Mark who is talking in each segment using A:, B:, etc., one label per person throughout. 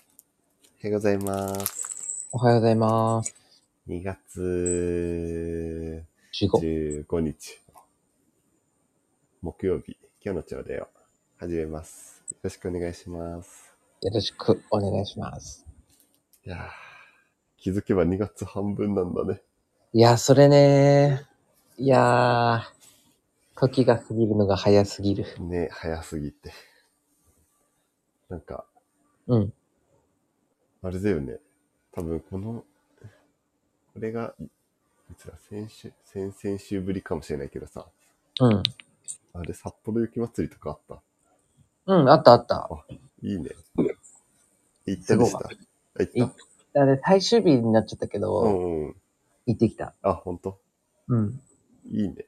A: おはようございます。
B: おはようございます。
A: 2月
B: 15。
A: 15日、木曜日、今日の朝礼を始めます。よろしくお願いします。
B: よろしくお願いします。
A: いやー気づけば2月半分なんだね。
B: いや、それねいやー、時が過ぎるのが早すぎる。
A: ね、早すぎて。なんか、
B: うん。
A: あれだよね。多分この、これが、いつだ、先週、先々週ぶりかもしれないけどさ、
B: うん。
A: あれ札幌雪まつりとかあった
B: うん、あったあった。
A: いいね。行ったでし
B: すご
A: た。あ行
B: 行
A: っ
B: ったたね最終日になっちゃったけど、
A: うんうん。
B: 行ってきた。
A: あ、ほんと
B: うん。
A: いいね。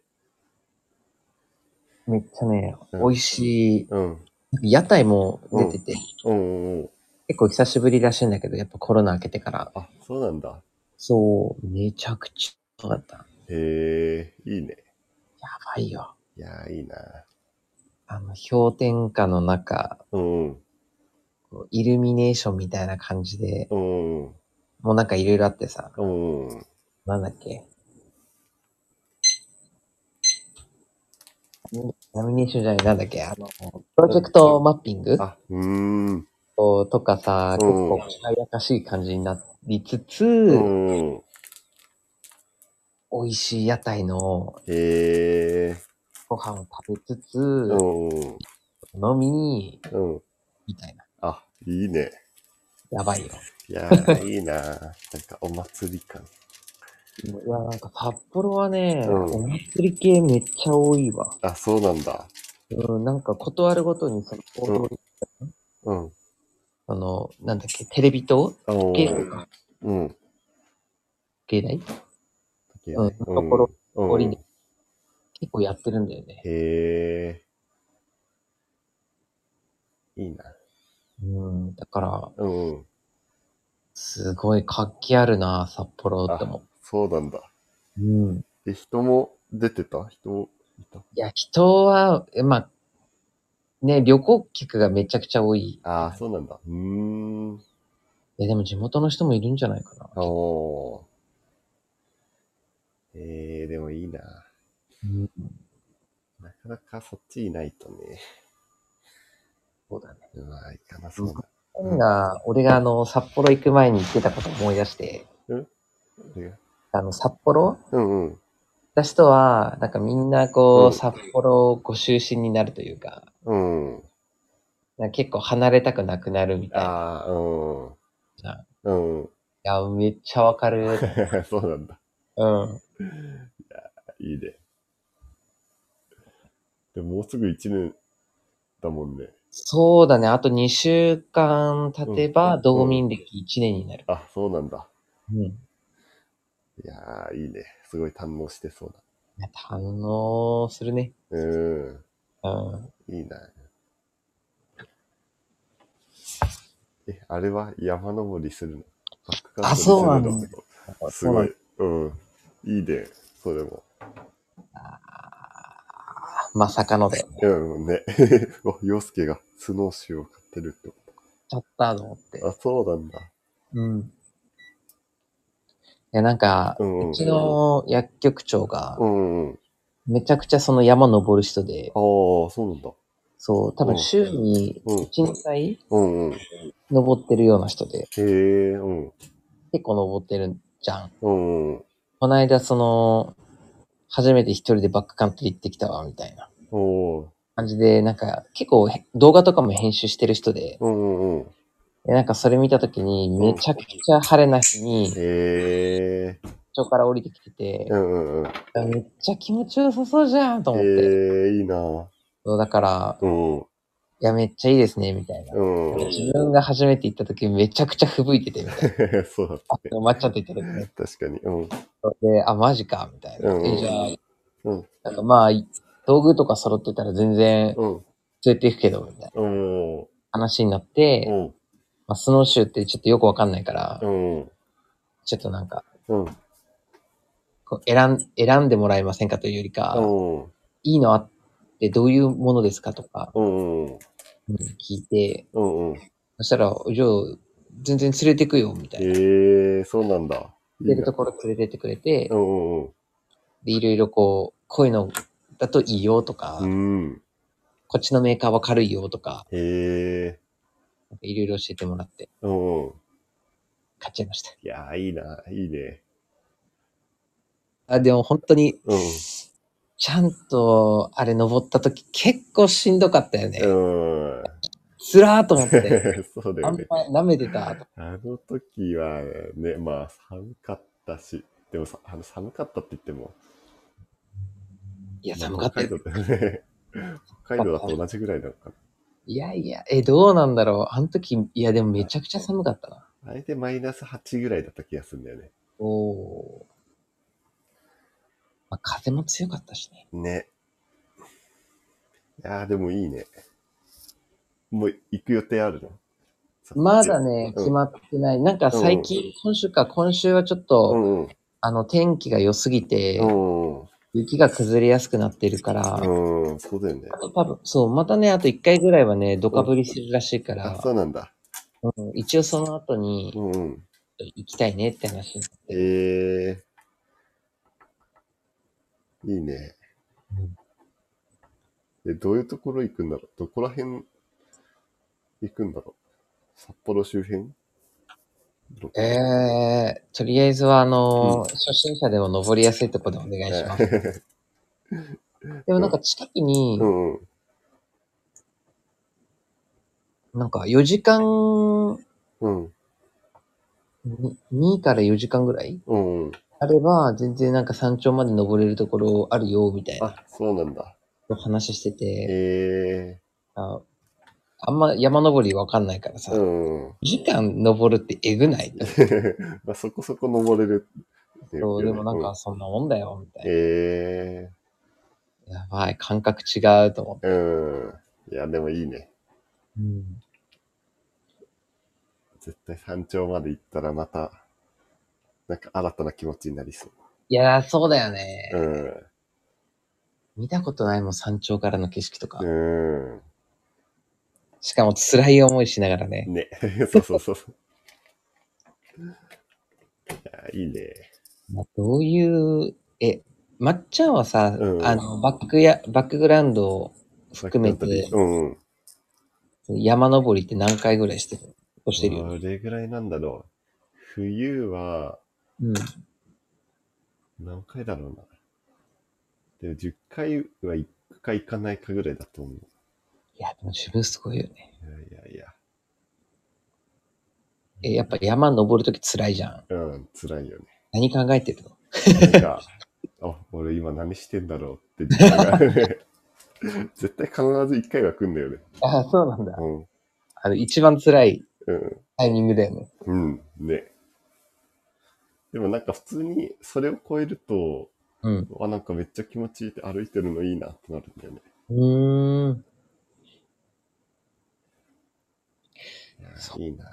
B: めっちゃね、
A: うん
B: 美味しい。
A: うん。
B: 屋台も出てて、
A: うんうんうん。
B: 結構久しぶりらしいんだけど、やっぱコロナ明けてから。
A: あ、そうなんだ。
B: そう、めちゃくちゃ良かった。や
A: へえ、いいね。
B: ばいよ。
A: いやー、いいな。
B: あの、氷点下の中、
A: うんうん。
B: こうイルミネーションみたいな感じで、
A: うんうん。
B: もうなんかいろいろあってさ、
A: うんうん。
B: なんだっけ。ナミネーションじゃない、なんだっけ、あの、プロジェクトマッピング
A: あ、うーん。
B: とかさ、
A: う
B: 結
A: ん
B: 構輝かしい感じになりつつ、
A: うんうん。
B: 美味しい屋台の
A: へえ。
B: ご飯を食べつつ、
A: うんうん。
B: 飲みに、
A: うん。
B: みたいな。
A: あ、いいね。
B: やばいよ。
A: いやー、いいな。なんかお祭り感。
B: いや、なんか札幌はね、
A: うん
B: お祭り系めっちゃ多いわ。
A: あ、そうなんだ。
B: うん、なんか断るごとにその、
A: うん。
B: あの、なんだっけ、テレビ塔
A: うん
B: 芸能か。
A: うん。
B: 芸大
A: うん。
B: ところ
A: うん、
B: 降りに結構やってるんだよね。
A: へえ。いいな。
B: うん。だから、
A: うんうん。
B: すごい活気あるな、札幌っても。
A: そうなんだ。
B: うん。
A: で、人も出てた人もいた
B: いや、人は、えまあ、ね、旅行客がめちゃくちゃ多い。
A: ああ、そうなんだ。うーん。
B: いや、でも地元の人もいるんじゃないかな。
A: おー。ええでもいいな。
B: うん。
A: なかなかそっちいないとね。
B: そうだね。
A: うわ、いかなそうだ。うん
B: 今が、俺があの、札幌行く前に言ってたこと思い出して、あの、札幌
A: うんうん。
B: 行った人は、なんかみんなこう、
A: うん
B: 札幌をご就寝になるというか、
A: うん。
B: なんか結構離れたくなくなるみたいな。
A: ああ、うん。
B: じゃあ
A: うん。
B: いや、めっちゃわかる。
A: そうなんだ。
B: うん。
A: いいね。でももうすぐ一年だもんね。
B: そうだね。あと2週間経てば、
A: うん
B: 道民歴1年になる。
A: あ、そうなんだ。
B: うん。
A: いやー、いいね。すごい堪能してそうだ。
B: いや堪能するね。
A: う
B: う
A: ん。
B: ん。
A: いいな。え、あれは山登りするのバックカントリー
B: あそうなんだ
A: するのすごい。うん。いいね。それも。
B: まさかので。
A: うん、ね。 お、洋介がスノーシューを買ってるってこ
B: ちょっとあのって
A: と。。あ、そうなんだ。
B: うん。いや、なんか、
A: うんうん
B: うちの薬局長が
A: う、んうん。
B: めちゃくちゃその山登る人で、
A: ああ、そうなんだ。
B: そう、多
A: う
B: 分
A: ん
B: 週に
A: うん
B: 1、2回
A: うんうん。へ
B: 登ってるような人で、
A: え、うん。
B: 結構登ってるじゃん。
A: うんうん。
B: この間、その、初めて一人でバックカントリー行ってきたわ、みたいな。
A: おー。
B: 感じで、なんか結構へ動画とかも編集してる人で、
A: うんうんうん。
B: でなんかそれ見たときにめちゃくちゃ晴れな日に、
A: へえ。
B: 頂上から降りてきてて
A: う、んうんうん。
B: めっちゃ気持ちよさそうじゃんと思って。
A: へえ、いいな。
B: そうだから、
A: うん。
B: いやめっちゃいいですね、みたいな。
A: うん。
B: 自分が初めて行ったときめちゃくちゃ吹雪いてて、みたい
A: そうだっ
B: な。まっちゃんと行ったときね。
A: た。確かに。うん。
B: で、あ、マジか、みたいな。
A: うん
B: え、じゃあ、
A: うん。
B: なんかまあ、い道具とか揃ってたら全然
A: うん。
B: 連れて行くけど、みたいな
A: うん。
B: 話になって、
A: うん。
B: まあ、スノーシューってちょっとよくわかんないから、
A: うん。
B: ちょっとなんか、
A: うん。
B: こう選ん選んでもらえませんかというよりか、
A: うん。
B: いいのあってどういうものですかとか
A: うん。
B: 聞いて、
A: うん。
B: そしたら、じゃあ、全然連れてくよ、みたいな。
A: ええそうなんだ。い
B: 出
A: い
B: る
A: な
B: ところ連れてってくれて
A: う、んうん
B: で、いろいろこう、こういうのだといいよとか、
A: うん。うん。
B: こっちのメーカーは軽いよとか、
A: ええ
B: なんかいろいろ教えてもらって、
A: うんうん。
B: 買っちゃいました。
A: いやー、いいな、いいね。
B: あ、でも本当に、
A: うん。
B: ちゃんと、あれ登った時結構しんどかったよね。
A: うん。
B: つらーと思って。
A: そうだ
B: あ
A: よ
B: ん
A: ね。
B: まり舐めてたと。
A: あの時はね、まあ寒かったし、でもさあの寒かったって言っても、
B: いや、
A: まあ
B: 寒かった
A: 北
B: よ。
A: 海道だよね。北海道だと同じぐらいなのか
B: いやいや、え、どうなんだろう。あの時、いや、でもめちゃくちゃ寒かったな。
A: な。あれでマイナス8ぐらいだった気がするんだよね。
B: おおー。まあ、風も強かったしね。
A: ね。いやーでもいいね。もう行く予定あるの
B: まだね、
A: うん
B: 決まってない。なんか最近、今週か、今週はちょっと、
A: うんうん。
B: あの、天気が良すぎて、
A: うん
B: 雪が崩れやすくなってるから、
A: うん。うん、そうだよね
B: あ。と多分、そう、またね、あと1回ぐらいはね、ドカぶりするらしいか
A: あ
B: ら、、
A: そうなんだ。
B: うん一応その後に
A: うんうん。
B: 行きたいねって話になって。
A: えー、いいね。え、どういうところ行くんだろうどこら辺行くんだろう札幌周辺
B: えー、とりあえずは、あのー初心者でも登りやすいとこでお願いします。
A: え
B: でもなんか近くに
A: う、んうん。
B: なんか4時間、
A: うん。
B: 2から4時間ぐらい
A: うんうん。
B: あれば、全然なんか山頂まで登れるところあるよ、みたいな
A: あ、そうなんだ。
B: お話ししてて、
A: え
B: ああんま山登りわかんないから
A: ー、
B: さ、
A: うん。
B: 時間登るってえぐない
A: まあ、そこそこ登れる、ね
B: そう、でもなん
A: う
B: かそんなもんだよ、みたいな。
A: え
B: やばい、感覚違うと思って。
A: ー、うん。いや、でもいいね。
B: うん。
A: 絶対山頂まで行ったらまた、なんか新たな気持ちになりそう。
B: いやー、そうだよね、
A: うん。
B: 見たことないもん、山頂からの景色とか。
A: う
B: しかも辛い思いしながらね。
A: ん。 ね。そうそうそうそう。いや、いいね。
B: まあどういう、え、まっちゃんはさ、
A: うん
B: あの、バックや、バックグラウンドを含めて、
A: うんうん。
B: 山登りって何回ぐらいしてる押してるよね。
A: どれぐらいなんだろう。冬は
B: うん。
A: 何回だろうな。でも10回は行くか行かないかぐらいだと思う。
B: いや、でも自分すごいよね。
A: いやいやいや。
B: え、やっぱ山登るとき辛いじゃん。
A: うん、辛いよね。
B: 何考えてるの
A: なんか、あ、俺今何してんだろうって時間がね。 絶対必ず1回は来んだよね。
B: ああ、そうなんだ。
A: うん。
B: あの、一番辛い
A: うん。
B: タイミングだよね。
A: うん、ね。でもなんか普通にそれを超えると、
B: うん。
A: あ、なんかめっちゃ気持ちいいって歩いてるのいいなってなるんだよね。
B: うーん。そう
A: いいなぁ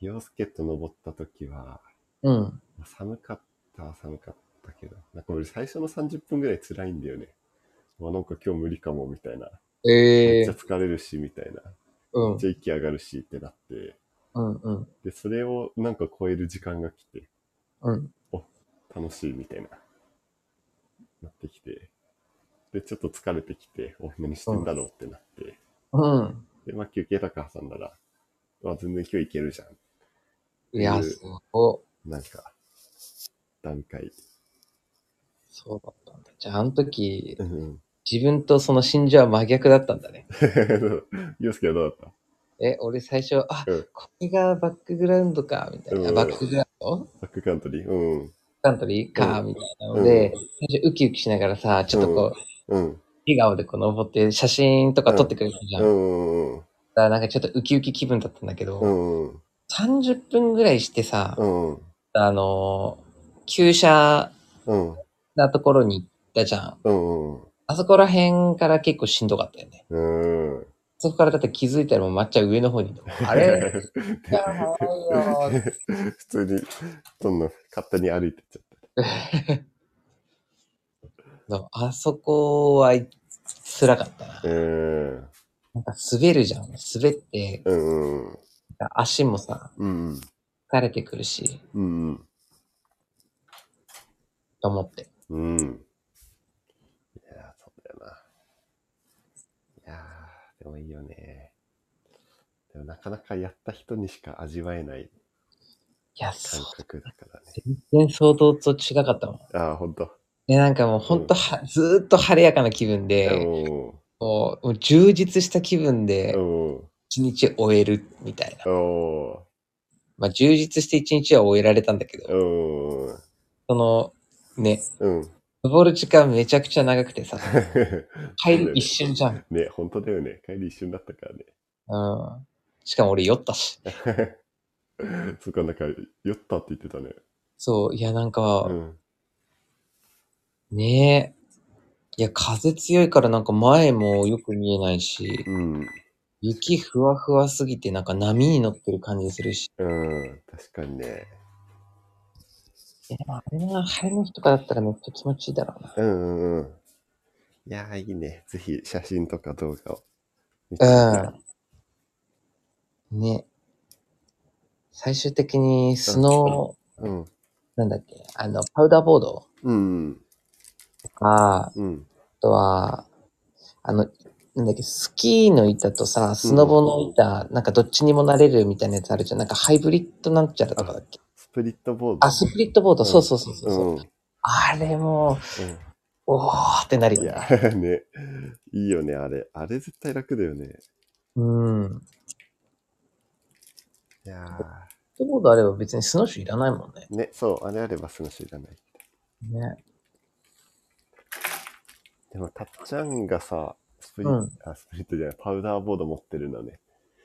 A: 洋介と登った時は、
B: うん。
A: 寒かったは寒かったけど、なんか俺最初の30分ぐらい辛いんだよね。まあなんか今日無理かもみたいな。
B: え
A: めっ
B: え
A: ちゃ疲れるしみたいな。
B: う
A: めっ
B: ん。
A: ちゃ息上がるしってなって。
B: うん。うん。
A: で、それをなんか超える時間が来て、
B: うん。
A: 楽しいみたいな、なってきて、で、ちょっと疲れてきて、お、何してんだろうってなって、
B: うん。
A: で、まあ休憩高さんなら、まあ全然今日いけるじゃん。
B: いや、
A: いう
B: すご
A: なんか、段階。
B: い。そうだったんだ。じゃあ、あの時
A: う、ん。
B: 自分とその心情は真逆だったんだね。
A: 洋介はどうだっ
B: え、俺最初、あ、
A: うん
B: これがバックグラウンドか、みたいな。
A: うん
B: バックグラウンド
A: たバックカントリーうん。
B: カントリーか、
A: う
B: みたいなので、
A: う
B: 最初ウキウキしながらさ、ちょっとこう、
A: うん。
B: 笑顔でこう登って写真とか撮ってくれるじゃん。
A: う
B: だか
A: ん。うん。
B: らなんかちょっとウキウキ気分だったんだけど、
A: うん。うん。
B: 30分ぐらいしてさ、
A: うん。
B: あのー、旧車
A: うん。
B: なところに行ったじゃん。
A: うん。
B: あそこら辺から結構しんどかったよね。
A: うん。
B: そこからだって気づいたらもう抹茶上の方にいた。あれいやばいよ
A: 普通に、どんどん勝手に歩いてっちゃっ
B: ーあそこは辛かったな。
A: た。うん。
B: なんか滑るじゃん。滑って、
A: うんうん。
B: 足もさ、
A: うんうん。
B: 疲れてくるし、
A: うん
B: と思って。
A: うん。うん。いやー、そうだよな。いやー、でもいいよね。でもなかなかやった人にしか味わえない
B: いや、
A: 感
B: そう。
A: 覚だからね。
B: 全然想像と違かったもん。
A: ああ、ほんと。
B: で、なんかもうほんとは、ずーっと晴れやかな気分で、
A: お
B: もうもう充実した気分
A: ー
B: で、
A: お
B: 一日終えるみたいな。
A: ーお
B: まあ、充実して一日は終えられたんだけ
A: ー
B: ど、
A: おー
B: その、ね、
A: うん。
B: 登る時間めちゃくちゃ長くてさ、帰
A: そうだよ
B: り
A: ね
B: 一瞬じゃん。うん。
A: ね、本当だよね。帰り一瞬だったから
B: しかも俺酔ったし。
A: ね。そっか、なんか、酔ったって言ってたね。
B: そう、いやなんか、
A: うん。
B: ねえ。いや、風強いからなんか前もよく見えないし、
A: うん。
B: 雪ふわふわすぎてなんか波に乗ってる感じするし。
A: うん。確かにね。
B: いや、あれな、晴れの日とかだったらめっちゃ気持ちいいだろうな。
A: うんうんうん。いやー、いいね。ぜひ、写真とか動画を見てみたい。
B: うん。ね。最終的に、スノー、
A: うん。
B: なんだっけ、あの、パウダーボード
A: うん。
B: とか、あ
A: うん。
B: とは、あの、なんだっけ、スキーの板とさ、スノボの板、なんかどっちにもなれるみたいなやつあるじゃん。なんかハイブリッドなんちゃらとかだっけ。
A: スプリットボード。
B: あ、スプリットボード、
A: うん
B: そうそうそうそうそう。
A: うん。
B: あれも
A: う
B: う、おーってなる
A: ん。い
B: よ
A: や
B: ね。
A: ー、ね。いいよね、あれ。あれ絶対楽だよね。
B: うん。
A: いや
B: スノーボードあれば別にスノーシューいらないもんね。
A: ー。ね、そう、あれあればすのしいらない。
B: ね。
A: でも、たっちゃんがさ、スプリ,、
B: うん
A: あスプリットじゃない、パウダーボード持ってるのね。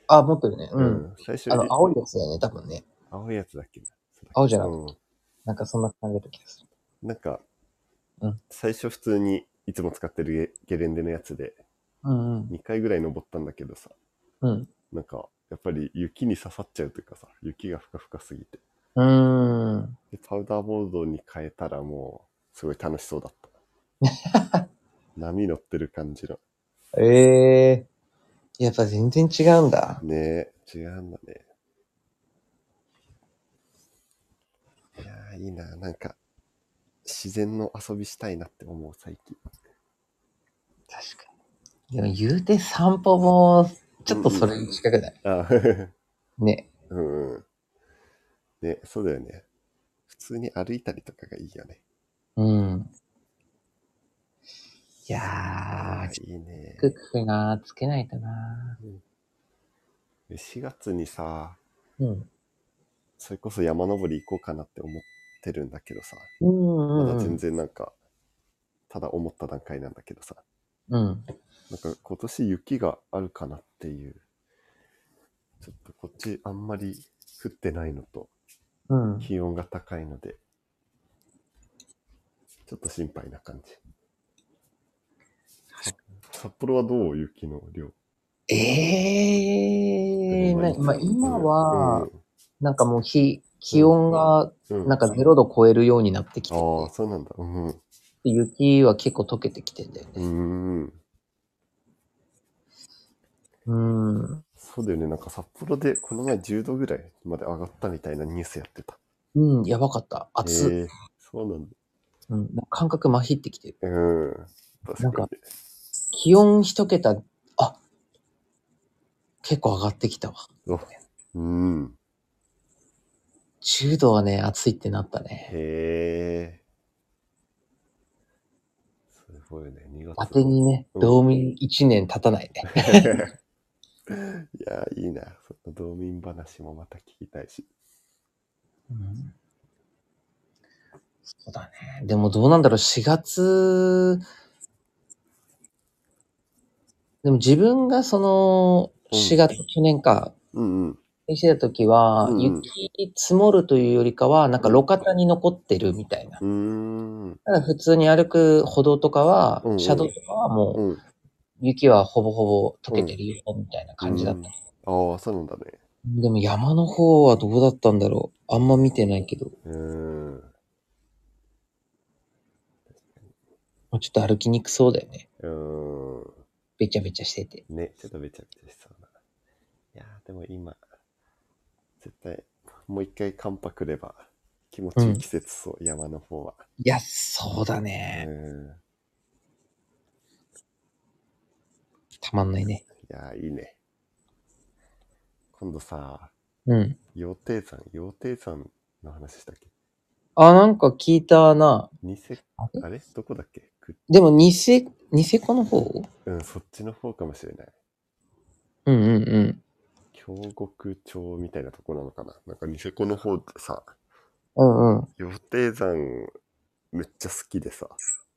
B: あ、持ってるね。うん。
A: 最初
B: あの、青い
A: や
B: やつだよね、多分ね。
A: つ。青いやつだっけな。
B: 青じゃなか
A: うん
B: なんかそんな感じだった気がする。
A: なんか、
B: うん
A: 最初普通にいつも使ってるゲゲレンデのやつで、
B: うんうん。
A: 2回ぐらい登ったんだけどさ、
B: うん。
A: なんか、やっぱり雪に刺さっちゃうというかさ、雪がふかふかすぎて。
B: うーん。
A: で、パウダーボードに変えたらもう、すごい楽しそうだった。 波乗ってる感じの。
B: ええやっぱ全然違うんだ。
A: ねえ、違うんだね。いやーいいな、なんか、自然の遊びしたいなって思う、最近。
B: 確かに。でも言うて散歩も、ちょっとそれに近くない。
A: あ
B: ね。
A: うんうん。ね、そうだよね。普通に歩いたりとかがいいよね。
B: うん。いや
A: あ
B: ー、
A: ーいいね。
B: くくくな、つけないとな。
A: 4月にさ、
B: うん。
A: それこそ山登り行こうかなって思ってるんだけどさ、
B: うん
A: まだ
B: うん
A: 全。然なんか、ただ思った段階なんだけどさ、
B: うん。
A: なんか今年雪があるかなっていう、ちょっとこっちあんまり降ってないのと、
B: うん。
A: 気温が高いので、ちょっと心配な感じ。札幌はどう雪の量。
B: ええー、なまあ、今
A: う
B: は
A: ん、、
B: なんかもう気、気温が、
A: うん
B: なんか0度超えるようになってきて、
A: ああ、そうなんだ。うん。う
B: 雪は結構溶けてきてんだよね。
A: ーん。
B: うん。
A: そうだよね。なんか札幌でこの前10度ぐらいまで上がったみたいなニュースやってた。
B: うん、やばかった。
A: え
B: 暑い。
A: ー、そうなんだ。
B: うん、感覚まひってきて
A: う
B: る。
A: ん。
B: な
A: 確
B: ん
A: か
B: か気温一桁、あ、結構上がってきたわ。
A: に。おうん。
B: 10度はね、暑いってなったね。
A: へえ。すごいね。2月。
B: 当てにね、
A: うん
B: 道民1年経たないね。
A: いや、いいな。その道民話もまた聞きたいし。
B: うんそうだね。でもどうなんだろう、4月、でも自分がそ
A: う
B: の、
A: ん
B: 4月、去年か、
A: うんうん。
B: にしてた時は、
A: うんうん
B: 雪積もるというよりかは、なんか路肩に残ってるみたいな。
A: うーん。
B: ただ普通に歩く歩道とかは
A: うんう、ん
B: 車道とかはもう
A: うん。
B: 雪はほぼほぼ溶けてるよみたいな感じだった。
A: ああ、そうなんだね。
B: でも山の方はどうだったんだろうあんま見てないけど、
A: うーん。
B: ちょっと歩きにくそうだよね。
A: うーん。
B: ベべちゃべちゃしてて。
A: ね、ちょっとべちゃべちゃしそうな。いやー、でも今、絶対、もう一回寒波来れば、気持ちいい季節そう、山の方は。
B: いや、そうだ
A: う
B: ね。
A: ん。
B: たまんないね。
A: いやー、いいね。今度さ、
B: うん。
A: 羊蹄山、羊蹄山の話したっけ
B: あ、なんか聞いたな。
A: ニセ、
B: あれ
A: あれどこだっけく
B: でも、ニセ、ニセコの方
A: うん、そっちの方かもしれない。
B: うんうんうん。
A: 京極町みたいなとこなのかななんかニセコの方ってさ、
B: うんうん。
A: 羊蹄山めっちゃ好きでさ、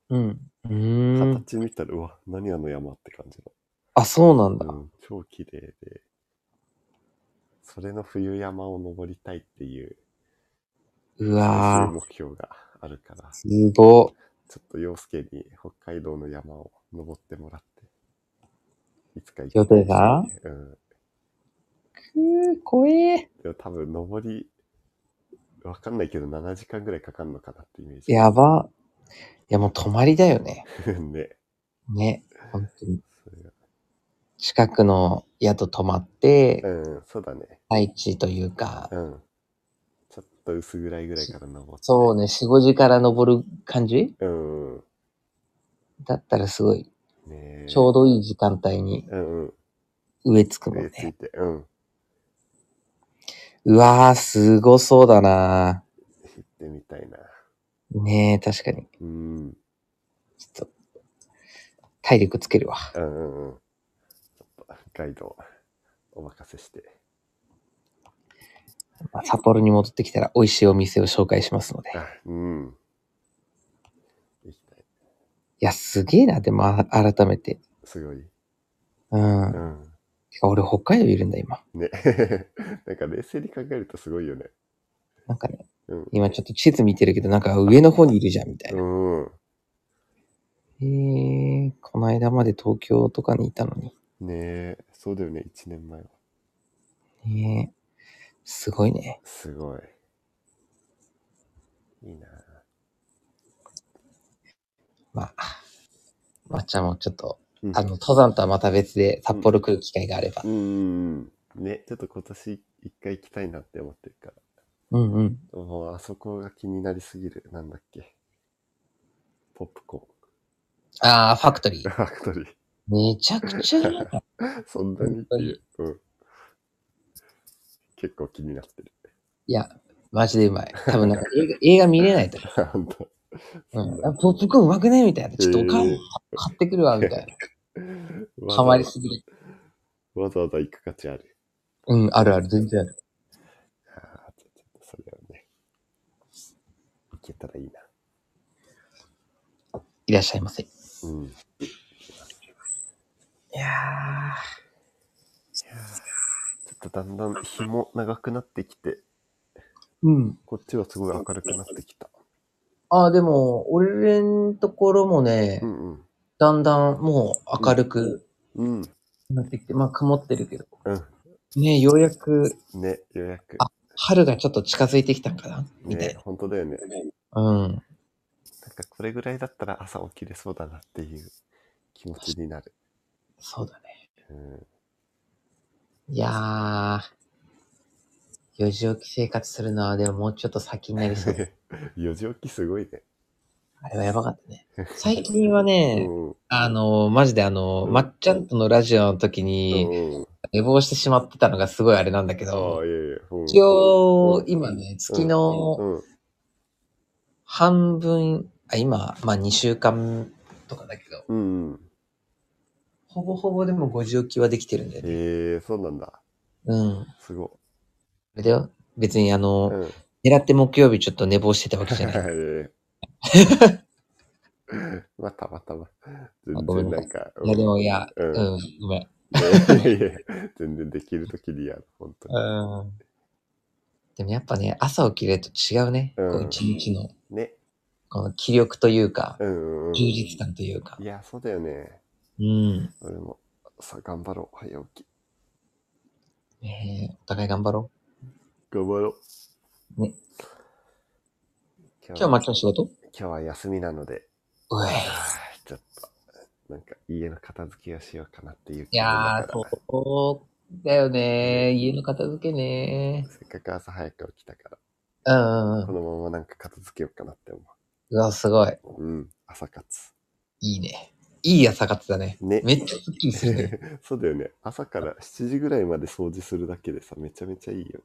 B: うん。うーん。
A: 形見たら、うわ、何あの山って感じ
B: あ、そうなんだ
A: の。。うん、超綺麗で、それの冬山を登りたいっていう、
B: う
A: 最
B: わ
A: 終
B: ぁ、
A: 目標があるから、
B: すごっ。
A: ちょっと陽介に北海道の山を登ってもらって、いつか行
B: 羊蹄山
A: うん。
B: くー、怖え
A: でも多分登り、わかんないけど7時間ぐらいかかるのかなってイメージ。
B: ー。やば。いや、もう泊まりだよね。
A: ね。
B: ね。本当に。
A: それが
B: 近くの宿泊まって、
A: うん、そうだね。
B: 愛知というか、
A: うん。ちょっと薄暗いぐらいから登って。
B: そうね、4、5時から登る感じ
A: うんうん。
B: だったらすごい、
A: ねえ
B: ちょうどいい時間帯に
A: うんうん。
B: 植えつくもん
A: 上つい
B: ね。
A: て。うん。
B: うわぁ、すごそうだな
A: 行ってみたいな。
B: ぁ。ねえ、確かに。
A: うん。
B: ちょっと、体力つけるわ。
A: うんうんうん。ちょっとガイドお任せして。
B: まあ札幌に戻ってきたら美味しいお店を紹介しますので。
A: あ、うん。行きたい。
B: いや、すげえな、でも、あ改めて。
A: すごい。
B: うん
A: う。ん。
B: てか、俺、北海道いるんだ、今。
A: ね。なんか冷静に考えるとすごいよね。
B: なんかね、
A: うん。
B: 今ちょっと地図見てるけど、なんか上の方にいるじゃん、みたいな。
A: うん。
B: へえ、この間まで東京とかにいたのに。
A: ねえ、そうだよね、1年前は。
B: ねえ、すごいね。
A: すごい。いいな
B: まあ、まっちゃんもちょっと、
A: うん
B: あの、登山とはまた別で札幌来る機会があれば
A: う。ん。ね、ちょっと今年一回行きたいなって思ってるか
B: うんうん。
A: ら。もうあそこが気になりすぎる。なんだっけ。ポップコ
B: ああ、ファクトリ
A: ーン。
B: ー。
A: ファクトリ
B: めちゃくちゃいいな。
A: ー。そんなにっていう。うん。結構気になってる。
B: いや、マジでうまい。多分なんか映画 映画見れないと思う
A: ほんと。
B: うん、あポップコーンうまくねみたいな。ちょっとおかん
A: へえ
B: 買ってくるわ、み たいな。
A: わざ
B: ハ
A: わ
B: マ
A: ざ
B: りすぎる。
A: わざわざ行く価値ある。
B: うん、あるある、全然ある。
A: ああ、ちょちょっとそれはね。行けたらいいな。
B: いらっしゃいませ。い
A: うん。
B: や
A: ちょっとだんだん日も長くなってきて、
B: ー。うん。
A: こっちはすごい明るくなってきた。
B: ああ、でも、俺のところもね、
A: うんうん。
B: だんだんもう明るく
A: うん。
B: なってきて、まあ曇ってるけど。
A: う
B: ねようやく
A: ん。ね、予約。
B: あ春がちょっと近づいてきたんかなみたい
A: ね、本当だよね。
B: な。うん。
A: なんかこれぐらいだったら朝起きれそうだなっていう気持ちになる。
B: そうだね。
A: うん。
B: いやー。四時起き生活するのは、でももうちょっと先になり そう。
A: 4時起きすごいね。
B: あれはやばかったね。最近は ね、
A: うん。
B: あの、マジであの、
A: うん
B: まっちゃんとのラジオの時に、
A: うん。
B: 寝坊してしまってたのがすごいあれなんだけ
A: あ
B: ど
A: あ、、いやいや。うん
B: 一応、今ね、月の
A: うん。
B: 半分、あ、今、まあ2週間とかだけど、
A: うん。うん
B: ほぼほぼでも5時起きはできてるんだよね。
A: へえ、そうなんだ。
B: うん。
A: すご
B: あれだよ。別にあ
A: い。
B: の、
A: うん。
B: 狙って木曜日ちょっと寝坊してたわけじゃない。
A: はい。まあ、たまたま。
B: あ
A: 全
B: ごめん
A: 然
B: な
A: な
B: さい
A: んか。
B: いや、でもいや、
A: う。
B: うんん、ごめん。
A: いやいや全然できるときにやる、本当に。
B: うん。でもやっぱね、朝起きれると違うね。
A: うん
B: こう一日の、
A: ね。
B: この気力というか、
A: うんうんうん。
B: 充実感というか
A: い。や、そうだよね。
B: うん。
A: 俺も、さ、頑張ろう。早起き。
B: ねえお互い頑張ろう。
A: 頑張ろう。
B: ね。
A: 今日
B: 今日は
A: は、
B: 町の仕事
A: 今日は休みなので、
B: おい。
A: あーちょっなんか家の片付けをしようかなっていう
B: いやー、
A: 気分だから
B: そうだよね。家の片付けね。
A: せっかく朝早く起きたから、
B: うんうんう
A: こ
B: ん。
A: のままなんか片付けようかなって思
B: うわ、すごい。
A: う。うん、朝活。
B: いいね。いい朝活だね。
A: ね。
B: めっちゃスッキリする ね。
A: そうだよね。朝から7時ぐらいまで掃除するだけでさ、めちゃめちゃいいよ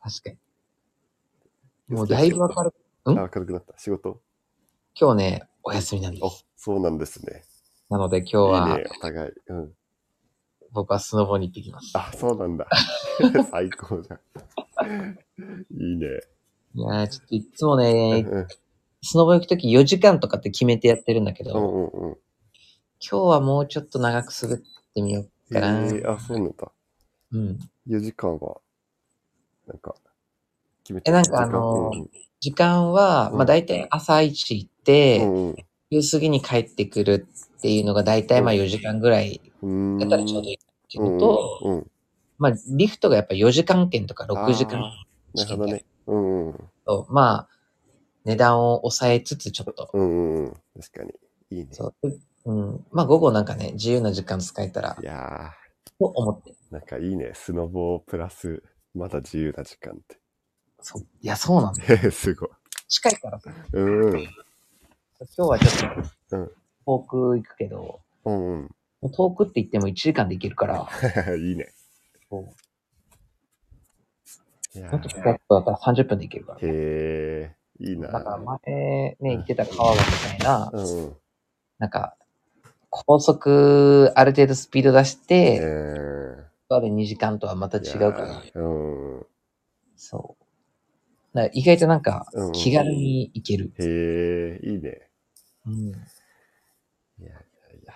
B: 確かに。
A: ね。
B: もうだいぶわかる。
A: あ
B: ん
A: 明るくなった。仕事
B: 今日ね、お休みなんで
A: あ
B: す。、
A: そうなんですね。
B: なので今日
A: いい
B: は、
A: ね、お互い。うん。
B: 僕はスノボに行ってきます。
A: あ、そうなん だ。最高じゃん。いいね。
B: いやー、ちょっといつも
A: うん
B: ね、スノボ行くとき4時間とかって決めてやってるんだけ
A: う
B: ど、
A: んうんうん。
B: 今日はもうちょっと長く滑ってみよう。
A: え
B: かな
A: ー、あ、そうなんだ。
B: うん。
A: 4時間は、なんか、決め
B: えなんかあのー時間は、
A: うん
B: まあ大体朝一
A: 時
B: 行っ
A: 間
B: て、
A: うんうん
B: 夕過ぎに帰ってくるっていうのが大体まあ4時間ぐらい
A: うん。うーん
B: やったらちょうどいいっていうのと、
A: うんうん、
B: まあリフトがやっぱ4時間圏とか6時
A: あ
B: 間
A: ーなるほどね。うんうん。
B: と、まあ値段を抑えつつちょっと、
A: うんうんうん。確かに。いいね。
B: そう。うん。まあ午後なんかね、自由な時間使えたら
A: い、や
B: と思って。
A: ー、なんかいいね。スノボープラス、まだ自由な時間っ
B: そう。いや、そうなんだよ。
A: て。 すごい。
B: 近いからさ。
A: うんうん。
B: 今日はちょっと、
A: うん
B: 遠く行くけど、
A: うん うん。
B: もう遠くって言っても1時間で行けるから、
A: いいね。
B: も
A: いうや
B: もっと
A: ー
B: 近いとこだったら30分で行けるから。
A: へえ、いいな。
B: だから前ね、言ってた川場みたいな、
A: うんうん。
B: なんか、高速、ある程度スピード出して、
A: え
B: まで2時間とはまた
A: ー
B: 違うから、
A: いやーうんうん。
B: そう。だから意外となんか
A: うんうん、
B: 気軽に行ける。
A: へえ、いいね。
B: うん。
A: いやいやいや。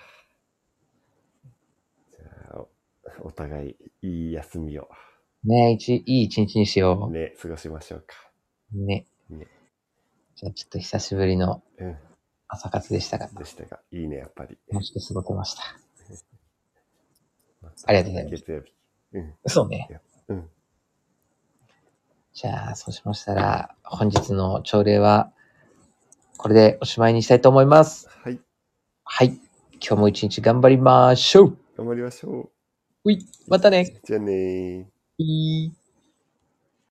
A: じゃあ、おお互いいい休みを
B: ね一いい一日にしよ
A: ね、過ごしましょうか。
B: う。ね。
A: ね
B: じゃあちょっと久しぶりの
A: うん。
B: 朝活でしたが、
A: でしたが、いいね、やっぱり。
B: 楽しく過ごせました。ありがとうございます
A: 月曜日。うん。
B: そうね。
A: うん。
B: じゃあ、そうしましたら、本日の朝礼は、これでおしまいにしたいと思います。
A: はい。
B: はい。今日も一日頑張りましょう。
A: 頑張りましょ
B: うい、また
A: う
B: ね。。
A: じゃあねー。
B: いい